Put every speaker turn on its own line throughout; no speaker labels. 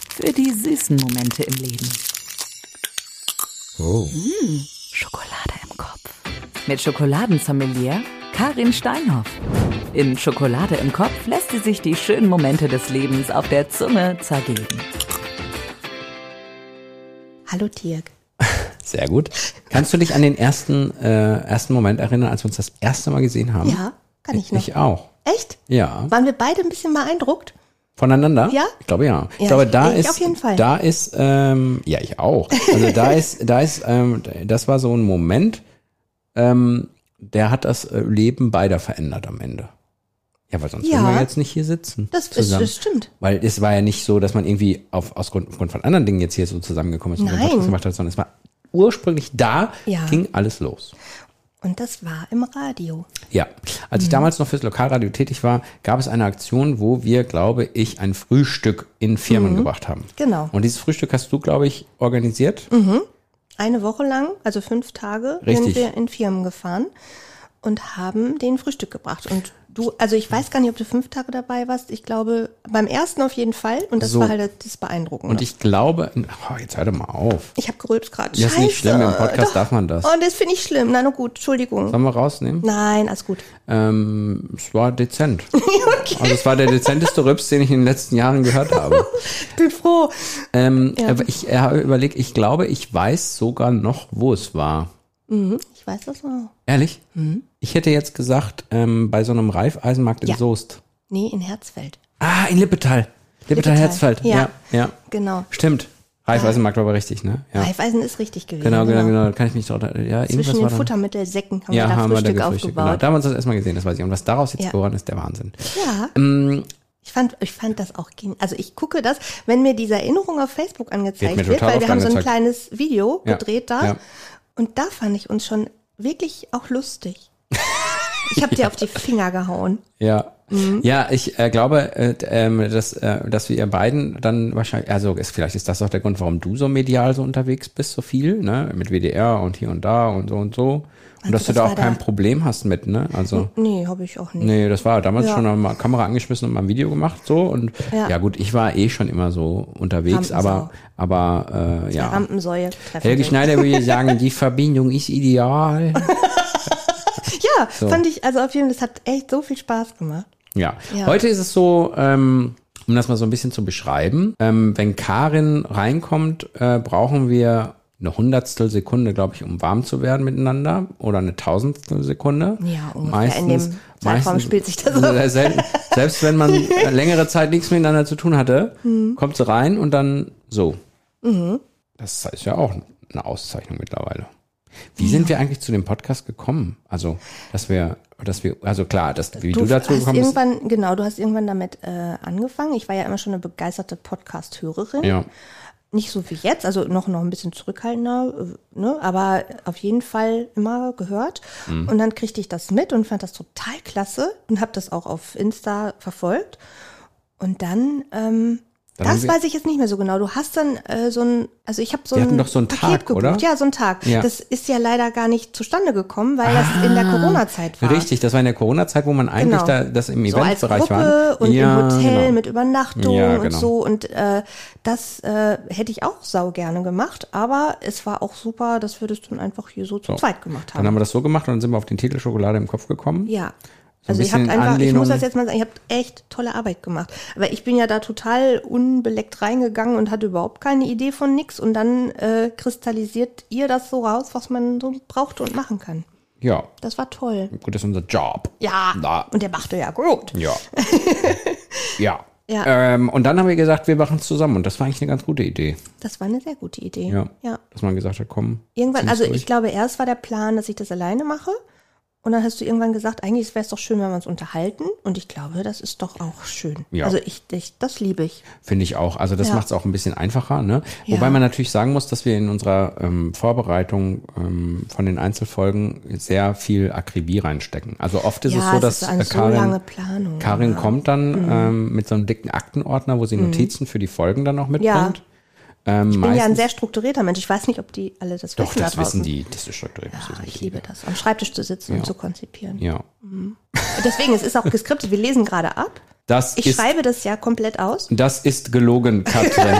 Für die süßen Momente im Leben. Hm,
Oh.
Schokolade im Kopf. Mit Schokoladensommelier Karin Steinhoff. In Schokolade im Kopf lässt sie sich die schönen Momente des Lebens auf der Zunge zergeben.
Hallo Dirk.
Sehr gut. Kannst du dich an den ersten, äh, ersten Moment erinnern, als wir uns das erste Mal gesehen haben?
Ja, kann ich noch.
Ich auch.
Echt?
Ja.
Waren wir beide ein bisschen beeindruckt?
Voneinander?
Ja?
Ich glaube ja. Ich
Ja,
glaube,
ich-
da
ich
ist,
auf jeden Fall.
da ist, ähm, ja, ich auch. Also da ist, da ist, ähm, das war so ein Moment, ähm, der hat das äh, Leben beider verändert am Ende. Ja, weil sonst
Ja.
würden wir jetzt nicht hier sitzen.
Das, ist,
zusammen.
das stimmt.
Weil es war ja nicht so, dass man irgendwie auf, aus Grund, aufgrund von anderen Dingen jetzt hier so zusammengekommen ist und
Nein.
dann Podcast gemacht hat, sondern es war ursprünglich da,
Ja.
ging alles los.
Und das war im Radio.
Ja, als
Mhm.
ich damals noch fürs Lokalradio tätig war, gab es eine Aktion, wo wir, glaube ich, ein Frühstück in Firmen gebracht haben.
Genau. Mhm.
Und dieses Frühstück hast du, glaube ich, organisiert.
Eine Woche lang, also fünf Tage,
Richtig.
sind wir in Firmen gefahren und haben den Frühstück gebracht. Und du, also ich weiß gar nicht, ob du fünf Tage dabei warst. Ich glaube, beim ersten auf jeden Fall. Und das
So.
war halt das Beeindruckende.
Und ich glaube, oh, jetzt hör doch mal auf.
ich habe gerülpst gerade.
Das ist nicht schlimm, im Podcast darf man das.
Und das finde ich schlimm. Na, na gut, Entschuldigung.
Sollen wir rausnehmen?
Nein, alles gut.
Ähm, es war dezent. Also es war der dezenteste Rips, den ich in den letzten Jahren gehört habe.
Ich bin froh.
Ähm, aber Ich äh, habe überlegt, ich glaube, ich weiß sogar noch, wo es war.
Ich weiß das noch.
Ehrlich? Ich hätte jetzt gesagt, ähm, bei so einem Reifeisenmarkt in
Mhm. Ja.
Soest.
Nee, in Herzfeld.
Ah, in Lippetal.
Lippetal,
Lippetal-Herzfeld. Ja.
ja.
ja,
Genau.
Stimmt. Reifeisenmarkt war aber richtig, ne? Ja.
Reifeisen ist richtig gewesen.
Genau, genau, genau. Da kann ich mich drauf. Ja, irgendwas
Zwischen
war
den
da.
Futtermittelsäcken haben
ja,
wir da
haben wir da
Frühstück
gefrühstückt. Genau.
aufgebaut.
Da haben wir uns das erstmal gesehen, das weiß ich. Und was daraus jetzt
Ja.
geworden ist, der Wahnsinn.
Ja.
ähm,
Ich fand, ich fand das auch gen- Also ich gucke das, wenn mir diese Erinnerung auf Facebook
Wird
angezeigt wird,
mir total
weil wir
oft
haben so ein
angezeigt.
kleines Video
Ja,
gedreht da.
ja.
Und da fand ich uns schon wirklich auch lustig. Ich habe dir auf die Finger gehauen.
Ja.
Mhm.
Ja, ich äh, glaube, äh, d- ähm, dass, äh, dass wir ihr beiden dann wahrscheinlich, also ist, vielleicht ist das auch der Grund, warum du so medial so unterwegs bist, so viel, ne? Mit WDR und hier und da und so und so. Und
Also
dass du
das
da auch
war
kein
da-
Problem hast mit, ne? Also.
Nee, habe ich auch nicht.
Nee, das war damals
Ja.
schon mal Kamera angeschmissen und mal ein Video gemacht so und ja,
Ja.
gut, ich war eh schon immer so unterwegs, aber
Rampensau.
aber äh, ja.
Rampensäue. treffen
Helge
sich.
Schneider würde sagen, die Verbindung ist ideal.
Ja, fand ich, also auf jeden Fall, das hat echt so viel Spaß gemacht.
Ja.
Ja.
Heute ist es so, ähm, um das mal so ein bisschen zu beschreiben, ähm, wenn Karin reinkommt, äh, brauchen wir eine Hundertstel Sekunde, glaube ich, um warm zu werden miteinander oder eine Tausendstel Sekunde.
Ja, ungefähr. In dem Zeitraum spielt sich das ab.
äh, selten, Selbst wenn man äh, längere Zeit nichts miteinander zu tun hatte,
Mhm.
kommt sie rein und dann so. Das ist ja auch eine Auszeichnung mittlerweile. Wie sind wir eigentlich zu dem Podcast gekommen? Also, dass wir, dass wir, also klar, dass, wie du, dazu
hast
gekommen bist.
irgendwann, genau, du hast irgendwann damit äh, angefangen. Ich war ja immer schon eine begeisterte Podcast-Hörerin.
Ja.
Nicht so wie jetzt, also noch, noch ein bisschen zurückhaltender, äh, ne? aber auf jeden Fall immer gehört.
Mhm.
Und dann kriegte ich das mit und fand das total klasse und habe das auch auf Insta verfolgt. Und dann, ähm,
Dann haben
das
wir-
weiß ich jetzt nicht mehr so genau. Du hast dann äh, so ein, also ich habe so
Wir
ein
hatten doch so einen
Paket
Tag,
gebucht.
oder?
Ja, so ein Tag.
Ja. Ah.
Das ist ja leider gar nicht zustande gekommen, weil das in der Corona-Zeit war.
Richtig, das war in der Corona-Zeit, wo man eigentlich
Äh, Genau.
da das im
so als
Eventbereich
Gruppe
war. genau.
und im Hotel mit Übernachtung
Ja,
und
genau.
so und äh, das äh, hätte ich auch sau gerne gemacht, aber es war auch super, dass wir das dann einfach hier so zu
So.
zweit gemacht
Dann
haben.
haben wir das so gemacht und dann sind wir auf den Titel Schokolade im Kopf gekommen.
ja.
So ein
also ihr habt
bisschen
einfach, ich
Anlehnung.
muss das jetzt mal sagen, ihr habt echt tolle Arbeit gemacht. Aber ich bin ja da total unbeleckt reingegangen und hatte überhaupt keine Idee von nix und dann äh, kristallisiert ihr das so raus, was man so braucht und machen kann.
Ja,
Das war toll.
gut, das ist unser Job.
Ja.
Na.
Und der machte ja gut.
Ja. ja.
Ja.
Ähm, und dann haben wir gesagt, wir machen es zusammen. Und das war eigentlich eine ganz gute Idee.
Das war eine sehr gute Idee.
Ja.
ja.
Dass man gesagt hat, komm.
Irgendwann,
zieh's
also
durch.
ich glaube, erst war der Plan, dass ich das alleine mache. Und dann hast du irgendwann gesagt, eigentlich wäre es doch schön, wenn wir uns unterhalten. Und ich glaube, das ist doch auch schön.
Ja.
Also ich, ich das liebe ich.
Finde ich auch. Also das
Ja.
macht es auch ein bisschen einfacher. Ne?
Ja.
Wobei man natürlich sagen muss, dass wir in unserer ähm, Vorbereitung ähm, von den Einzelfolgen sehr viel Akribie reinstecken. Also oft ist
ja,
es so, dass
ist eine
äh,
so
Karin,
lange Planung.
Karin
Ja.
kommt dann
Mhm.
ähm, mit so einem dicken Aktenordner, wo sie Notizen für die Folgen dann auch
Ja.
mitbringt. Ähm,
Ich bin ja ein sehr strukturierter Mensch. Ich weiß nicht, ob die alle das
Doch,
wissen.
das
da draußen.
wissen die. Das ist strukturiert. das
Ja,
wissen
ich
die.
liebe das, am Schreibtisch zu sitzen und zu konzipieren.
Ja.
Deswegen, es ist auch geskriptet. Wir lesen gerade ab
Das
Ich
ist,
schreibe das ja komplett aus.
das ist gelogen, Katrin.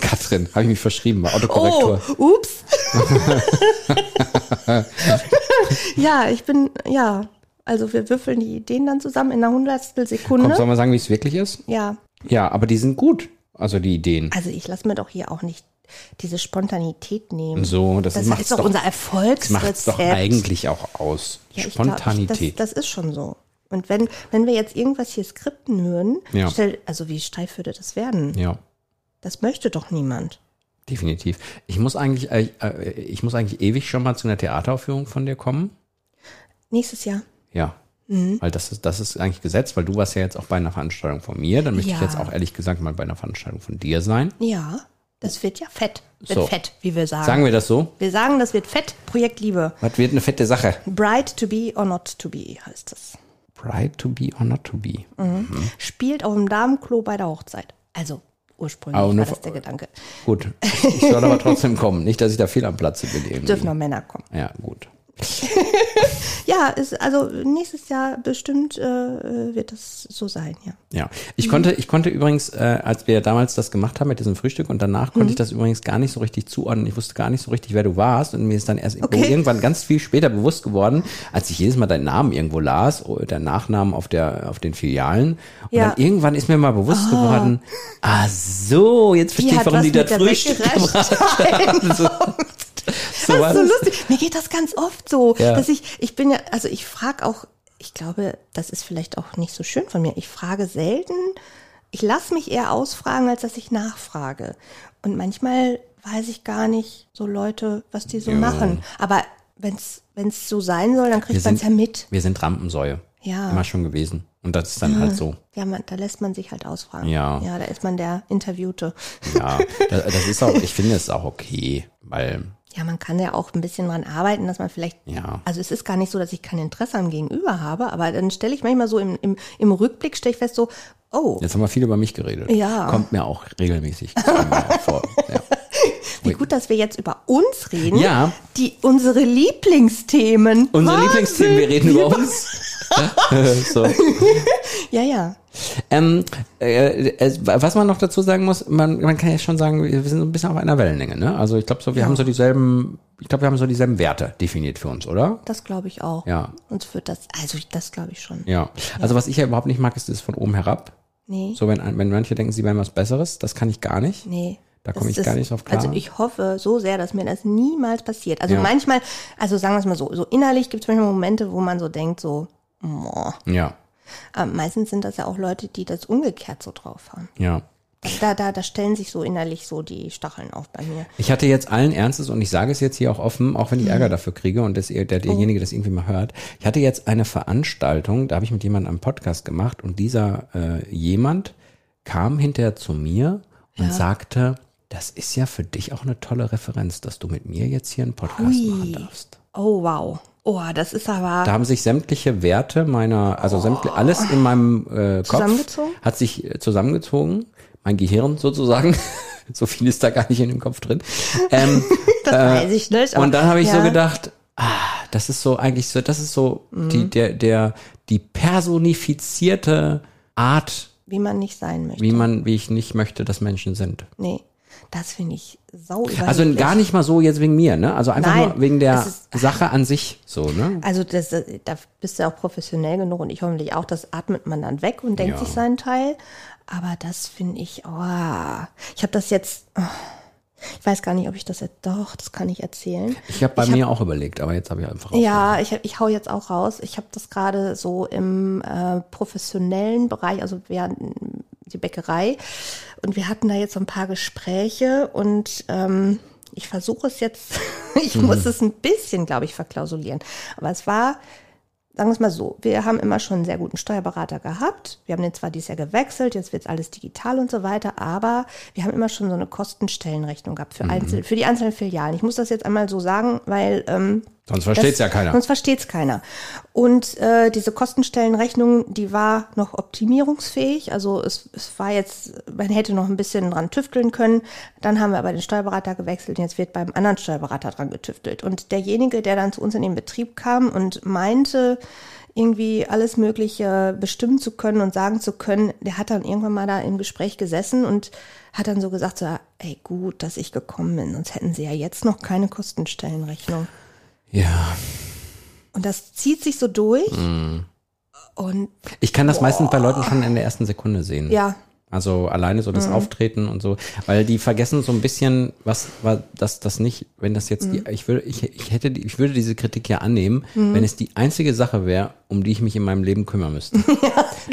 Katrin, habe ich mich verschrieben bei
Oh,
Autokorrektur.
ups. ja, ich bin, ja. Also wir würfeln die Ideen dann zusammen in einer Hundertstel
Komm,
Sekunde.
soll man sagen, wie es wirklich ist?
Ja,
Ja, aber die sind gut. Also die Ideen.
also ich lasse mir doch hier auch nicht diese Spontanität nehmen.
So, das,
das
macht's
ist doch, unser
Das macht's
Erfolgsrezept.
doch eigentlich auch aus.
Ja, ich glaub, ich-
Spontanität.
das, das ist schon so. Und wenn, wenn wir jetzt irgendwas hier skripten würden,
Ja.
stell, also wie steif würde das werden?
ja,
Das möchte doch niemand.
definitiv. Ich muss eigentlich, äh, äh, ich muss eigentlich ewig schon mal zu einer Theateraufführung von dir kommen.
Nächstes Jahr.
Ja.
Mhm.
Weil das ist, das ist eigentlich Gesetz, weil du warst ja jetzt auch bei einer Veranstaltung von mir. Dann möchte ich
Ja.
jetzt auch ehrlich gesagt mal bei einer Veranstaltung von dir sein.
Ja, das wird ja fett. Wird
So.
fett, wie wir sagen.
Sagen wir das so?
wir sagen, das wird fett. Projekt Liebe.
Was wird eine fette Sache?
Bright to be or not to be heißt das.
Bright to be or not to be.
Mhm.
Mhm.
Spielt auf dem Damenklo bei der Hochzeit. Also ursprünglich
Aber nur
war das
vor-
der Gedanke.
Gut. Ich soll aber trotzdem kommen. Nicht, dass ich da fehl am Platze bin.
Dürfen
Irgendwie.
nur Männer kommen.
Ja, gut.
Ja, ist, also nächstes Jahr bestimmt äh, wird das so sein, ja.
Ja, ich konnte, ich konnte übrigens, äh, als wir damals das gemacht haben mit diesem Frühstück und danach
Mhm.
konnte ich das übrigens gar nicht so richtig zuordnen. Ich wusste gar nicht so richtig, wer du warst und mir ist dann erst
Okay.
irgendwann ganz viel später bewusst geworden, als ich jedes Mal deinen Namen irgendwo las, oh, deinen Nachnamen auf der, auf den Filialen. Und
Ja.
dann irgendwann ist mir mal bewusst geworden, ah so, jetzt verstehe ich, warum die das Frühstück gemacht
haben.
haben. So, so war das.
Das ist so lustig. Mir geht das ganz oft so,
Ja.
dass ich, ich bin ja, also ich frage auch, ich glaube, das ist vielleicht auch nicht so schön von mir. Ich frage selten, ich lasse mich eher ausfragen, als dass ich nachfrage. Und manchmal weiß ich gar nicht, so Leute, was die so machen. Aber wenn es so sein soll, dann
Wir
kriegt
sind,
man es ja mit.
wir sind Rampensäue.
Ja. Ah.
Immer schon gewesen. Und das ist dann halt so.
Ja, man, da lässt man sich halt ausfragen.
Ja.
Ja, da ist man der Interviewte.
Ja, das, das ist auch, ich finde es auch okay, weil
Ja, man kann ja auch ein bisschen dran arbeiten, dass man vielleicht.
Ja.
Also es ist gar nicht so, dass ich kein Interesse am Gegenüber habe, aber dann stelle ich manchmal so im, im, im Rückblick stelle ich fest so, oh,
Jetzt haben wir viel über mich geredet.
Ja.
Kommt mir auch regelmäßig vor. Ja.
wie gut, dass wir jetzt über uns reden.
Ja.
Die unsere Lieblingsthemen.
Unsere
Wahnsinn.
Lieblingsthemen, wir reden über uns. so.
Ja, ja.
ähm, äh, äh, was man noch dazu sagen muss, man, man kann ja schon sagen, wir sind so ein bisschen auf einer Wellenlänge. Ne? Also ich glaube, so, wir haben so dieselben, ich glaube, wir haben so dieselben Werte definiert für uns, oder?
Das glaube ich auch.
Ja.
Uns wird das, also das glaube ich schon.
Ja. Also was ich ja überhaupt nicht mag, ist das von oben herab.
Nee.
So, wenn, ein- wenn manche denken, sie wären was Besseres, das kann ich gar nicht.
Nee.
Da komme
Das
ich gar
ist-
nicht drauf klar.
Also ich hoffe so sehr, dass mir das niemals passiert. Also
Ja.
manchmal, also sagen wir es mal so, so innerlich gibt es manchmal Momente, wo man so denkt, so, boah.
ja,
Aber meistens sind das ja auch Leute, die das umgekehrt so drauf haben.
ja.
Da, da, da stellen sich so innerlich so die Stacheln auf bei mir.
Ich hatte jetzt allen Ernstes und ich sage es jetzt hier auch offen, auch wenn ich Ärger dafür kriege und das,
Oh.
der, derjenige das irgendwie mal hört. Ich hatte jetzt eine Veranstaltung, da habe ich mit jemandem einen Podcast gemacht und dieser äh, jemand kam hinterher zu mir und sagte, das ist ja für dich auch eine tolle Referenz, dass du mit mir jetzt hier einen Podcast
Hui.
machen darfst.
Oh, wow. Oh, das ist aber.
Da haben sich sämtliche Werte meiner, also sämtli- alles in meinem äh, Kopf
Oh. Zusammengezogen?
hat sich äh, zusammengezogen, mein Gehirn sozusagen. so viel ist da gar nicht in dem Kopf drin. Ähm,
das weiß ich nicht. aber-
Und dann habe ich
ja,
so gedacht, ah, das ist so eigentlich so, das ist so
Mhm.
die, der, der, die personifizierte Art,
Wie man nicht sein möchte.
wie man, wie ich nicht möchte, dass Menschen sind.
Nee. Das finde ich sau
Also
überheblich.
gar nicht mal so jetzt wegen mir, ne? Also einfach
Nein,
nur wegen der
es ist-
Sache an sich, so, ne?
Also das, äh, da bist du ja auch professionell genug und ich hoffentlich auch, das atmet man dann weg und denkt
Ja.
sich seinen Teil. Aber das finde ich, oh, ich habe das jetzt, oh, ich weiß gar nicht, ob ich das jetzt, doch, das kann ich erzählen.
Ich habe bei mir auch überlegt, aber jetzt habe ich einfach
Ja, ich, hab- ich hau jetzt auch raus. Ich habe das gerade so im äh, professionellen Bereich, also wir hatten die Bäckerei und wir hatten da jetzt so ein paar Gespräche und ähm, ich versuche es jetzt, ich
Mhm.
muss es ein bisschen, glaube ich, verklausulieren. Aber es war, sagen wir es mal so, wir haben immer schon einen sehr guten Steuerberater gehabt. Wir haben den zwar dieses Jahr gewechselt, jetzt wird alles digital und so weiter, aber wir haben immer schon so eine Kostenstellenrechnung gehabt
Mhm.
für, einzel für die einzelnen Filialen. Ich muss das jetzt einmal so sagen, weil ähm,
Sonst versteht's
das-
ja keiner.
Sonst versteht es keiner. Und äh, diese Kostenstellenrechnung, die war noch optimierungsfähig. Also es, es war jetzt, man hätte noch ein bisschen dran tüfteln können. Dann haben wir aber den Steuerberater gewechselt und jetzt wird beim anderen Steuerberater dran getüftelt. Und derjenige, der dann zu uns in den Betrieb kam und meinte, irgendwie alles Mögliche bestimmen zu können und sagen zu können. Der hat dann irgendwann mal da im Gespräch gesessen und hat dann so gesagt, so, ey, gut, dass ich gekommen bin, sonst hätten sie ja jetzt noch keine Kostenstellenrechnung.
Ja.
Und das zieht sich so durch.
Mm.
Und
Ich kann das meistens bei Leuten schon in der ersten Sekunde sehen.
ja,
Also alleine so das Auftreten und so, weil die vergessen so ein bisschen, was war das das nicht, wenn das jetzt die ich würde ich, ich hätte die- ich würde diese Kritik ja annehmen, wenn es die einzige Sache wäre, um die ich mich in meinem Leben kümmern müsste.
genau.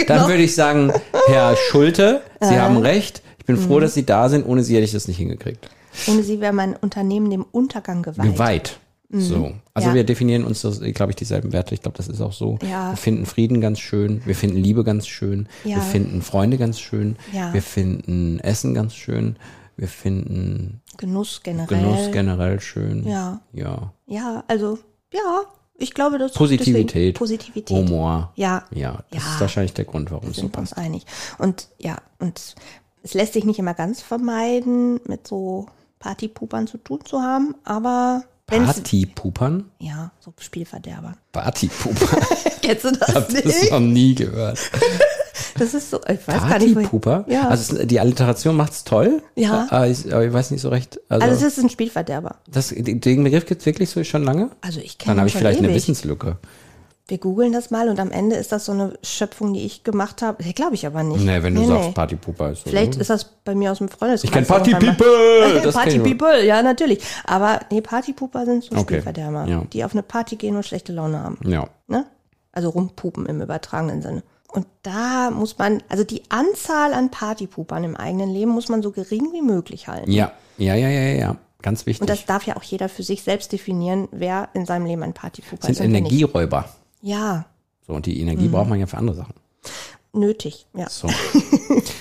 Dann würde ich sagen, Herr Schulte, Sie haben recht. Ich bin froh, dass Sie da sind, ohne Sie hätte ich das nicht hingekriegt.
ohne Um sie wäre mein Unternehmen dem Untergang geweiht. Mhm.
Geweiht. So. Also
Ja.
wir definieren uns, das, glaube ich, dieselben Werte. Ich glaube, das ist auch so.
Ja.
Wir finden Frieden ganz schön, wir finden Liebe ganz schön,
Ja.
wir finden Freunde ganz schön,
Ja.
wir finden Essen ganz schön, wir finden
Genuss generell.
Genuss generell schön.
Ja.
Ja.
Ja, also, ja, ich glaube, das
Positivität,
Deswegen, Positivität.
Humor.
Ja.
Ja, das
Ja.
ist wahrscheinlich der Grund, warum es so
sind wir uns
passt.
einig. Und ja, und es lässt sich nicht immer ganz vermeiden, mit so Partypupern zu tun zu haben, aber wenn es-
Partypupern?
ja, so Spielverderber.
Partypupern?
Kennst du das
Hab das
nicht?
noch nie gehört.
Das ist so, ich weiß gar nicht, wohin.
Partypuper?
Ja.
Also es- die Alliteration macht's toll.
Ja.
Aber ich, aber ich weiß nicht so recht. Also,
Also es ist ein Spielverderber.
Das, den Begriff gibt's wirklich so schon lange?
Also ich kenne
Dann habe
ihn
ich
schon
vielleicht
ewig.
eine Wissenslücke.
Wir googeln das mal und am Ende ist das so eine Schöpfung, die ich gemacht habe. Glaube ich aber nicht.
Nee, wenn du
Nee,
sagst
nee.
Partypuper ist so.
Vielleicht ist das bei mir aus dem Freundeskreis.
Ich kenn
auch
Party
einmal.
People! Das
Party
kenn ich.
People, ja, natürlich. Aber nee, Partypuper sind so
Okay,
Spielverderber,
ja.
die auf eine Party gehen und schlechte Laune haben.
ja.
Ne? Also rumpupen im übertragenen Sinne. Und da muss man, also die Anzahl an Partypupern im eigenen Leben muss man so gering wie möglich halten.
ja. Ja, ja, ja, ja, ja. Ganz wichtig.
Und das darf ja auch jeder für sich selbst definieren, wer in seinem Leben ein Partypuper
sind
ist. und wer nicht. Mhm.
Energieräuber.
Ja,
So, und die Energie braucht man ja für andere Sachen.
nötig. Ja,
So.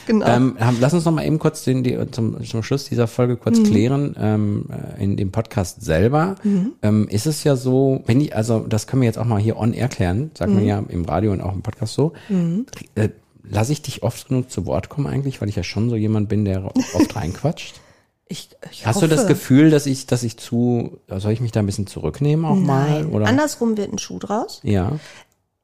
genau.
ähm, haben- lass uns noch mal eben kurz den, die, zum, zum Schluss dieser Folge kurz
Mhm.
klären. Ähm, äh, in dem Podcast selber
Mhm.
ähm, ist es ja so, wenn ich, also das können wir jetzt auch mal hier on air klären, sagt
Mhm.
man ja im Radio und auch im Podcast so. Äh, lass ich dich oft genug zu Wort kommen eigentlich, weil ich ja schon so jemand bin, der oft reinquatscht?
Ich, ich
Hast du das
hoffe.
Gefühl, dass ich, dass ich zu, soll ich mich da ein bisschen zurücknehmen auch mal?
Nein.
Oder?
Andersrum wird ein Schuh draus.
Ja.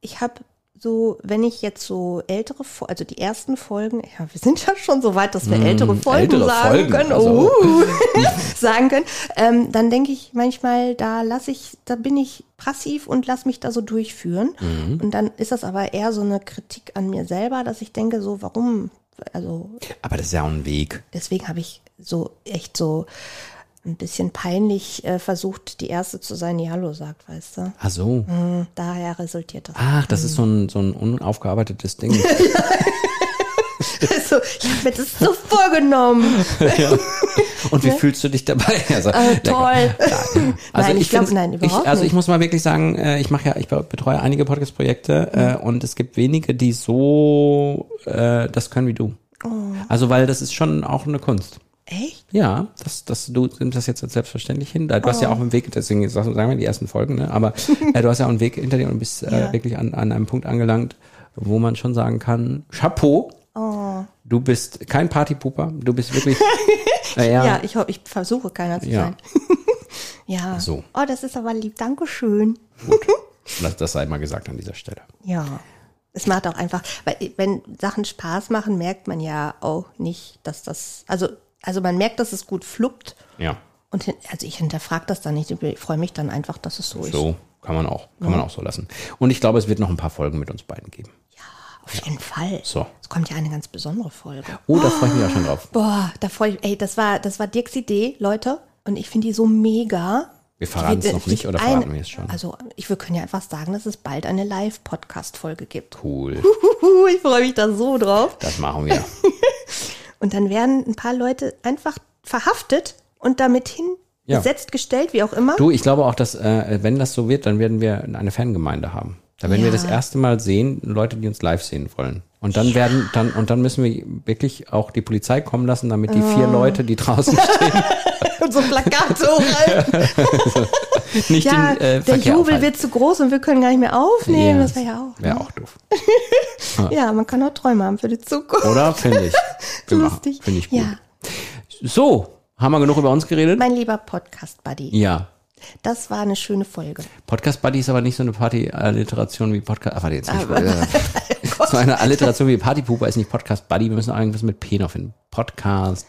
Ich habe so, wenn ich jetzt so ältere, Fo- also die ersten Folgen, ja, wir sind ja schon so weit, dass wir ältere Folgen
Hm, ältere
sagen
Folgen,
können,
also.
uh, sagen können, ähm, dann denke ich manchmal, da lasse ich, da bin ich passiv und lass mich da so durchführen.
Mhm.
Und dann ist das aber eher so eine Kritik an mir selber, dass ich denke, so, warum? Also
Aber das ist ja auch ein Weg.
deswegen habe ich so echt so ein bisschen peinlich äh, versucht, die erste zu sein, die Hallo sagt, weißt du.
Ach so.
Mhm, Daher resultiert das.
Ach, das ist so ein, so ein unaufgearbeitetes Ding.
So, Also, ich habe mir das so vorgenommen.
Und wie fühlst du dich dabei? Also,
Äh, Toll.
Also
Nein, ich glaub,
find's-
nein, überhaupt
ich, Also ich
nicht.
muss mal wirklich sagen, äh, ich mache ja, ich betreue einige Podcast-Projekte
Mhm.
äh, und es gibt wenige, die so äh, das können wie du.
Oh.
Also weil das ist schon auch eine Kunst.
Echt?
Ja, das, das, du nimmst das jetzt als selbstverständlich hin. Du hast ja auch einen Weg, deswegen sagen wir die ersten Folgen, ne? aber äh, du hast ja auch einen Weg hinter dir und bist äh,
Ja.
wirklich an, an einem Punkt angelangt, wo man schon sagen kann, Chapeau, du bist kein Partypuper, du bist wirklich, naja,
Ja, ich, ho- ich versuche keiner zu
Ja.
sein. ja.
So.
Oh, das ist aber lieb. Dankeschön.
das, das sei mal gesagt an dieser Stelle.
Ja. Es macht auch einfach, weil wenn Sachen Spaß machen, merkt man ja auch nicht, dass das, also, also man merkt, dass es gut fluppt.
Ja,
Und hin, also ich hinterfrage das dann nicht. Ich freue mich dann einfach, dass es so, ist.
so kann man auch, kann man auch so lassen. Und ich glaube, es wird noch ein paar Folgen mit uns beiden geben.
Auf jeden Fall.
So.
Es kommt ja eine ganz besondere Folge.
Oh, da freue ich mich auch schon drauf.
Boah, da freue ich Ey, das war, das war Dirks Idee, Leute. Und ich finde die so mega.
Wir verraten es
Die-
noch
die-
nicht oder
ein-
verraten wir es schon?
Also, ich, wir können ja einfach sagen, dass es bald eine Live-Podcast-Folge gibt.
Cool,
Huhu, ich freue mich da so drauf.
das machen wir.
Und dann werden ein paar Leute einfach verhaftet und damit hin
Ja.
besetzt gestellt, wie auch immer.
Du, ich glaube auch, dass äh, wenn das so wird, dann werden wir eine Fangemeinde haben. Da werden wir
Ja.
das erste Mal sehen, Leute, die uns live sehen wollen. Und dann werden, dann, und dann müssen wir wirklich auch die Polizei kommen lassen, damit die
Oh.
vier Leute, die draußen stehen,
Und so Plakate hochhalten.
nicht
Ja,
den äh,
der
Verkehr
Jubel
aufhalten.
wird zu groß und wir können gar nicht mehr aufnehmen.
Ja,
Das wäre ja auch. ne?
Wäre auch doof.
Ja, man kann auch Träume haben für die Zukunft.
Oder? Finde ich. Wir machen.
Lustig.
Finde ich Oh, gut.
Ja,
So, haben wir genug über uns geredet?
mein lieber Podcast-Buddy.
Ja.
Das war eine schöne Folge.
Podcast Buddy ist aber nicht so eine Party-Alliteration wie Podcast. Ah, warte, jetzt nicht. Äh, so eine Alliteration wie Partypuper ist nicht Podcast Buddy. Wir müssen auch irgendwas mit P noch finden. Podcast.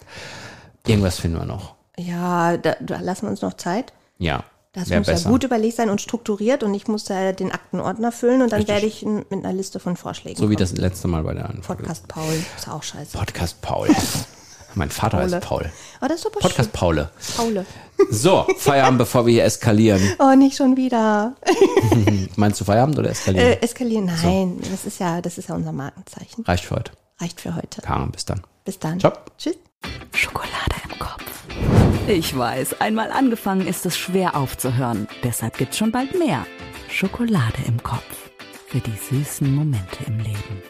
Irgendwas finden wir noch.
Ja, da, da lassen wir uns noch Zeit.
Ja.
Das
wär
muss ja gut überlegt sein und strukturiert und ich muss da den Aktenordner füllen und dann
Richtig.
werde ich n- mit einer Liste von Vorschlägen.
So wie
kommen.
das letzte Mal bei der Antwort.
Podcast Paul ist auch scheiße.
Podcast Paul. mein Vater heißt Paul.
Oh, das ist super
Podcast
schön.
Paule.
Paule.
So, Feierabend, bevor wir hier eskalieren.
Oh, nicht schon wieder.
Meinst du Feierabend oder eskalieren?
Äh, eskalieren, nein. Das ist ja, das ist ja unser Markenzeichen.
Reicht für heute.
Reicht für heute.
Karen, bis dann.
Bis dann.
Ciao.
Tschüss.
Schokolade im Kopf. Ich weiß, einmal angefangen ist es schwer aufzuhören. Deshalb gibt's schon bald mehr. Schokolade im Kopf. Für die süßen Momente im Leben.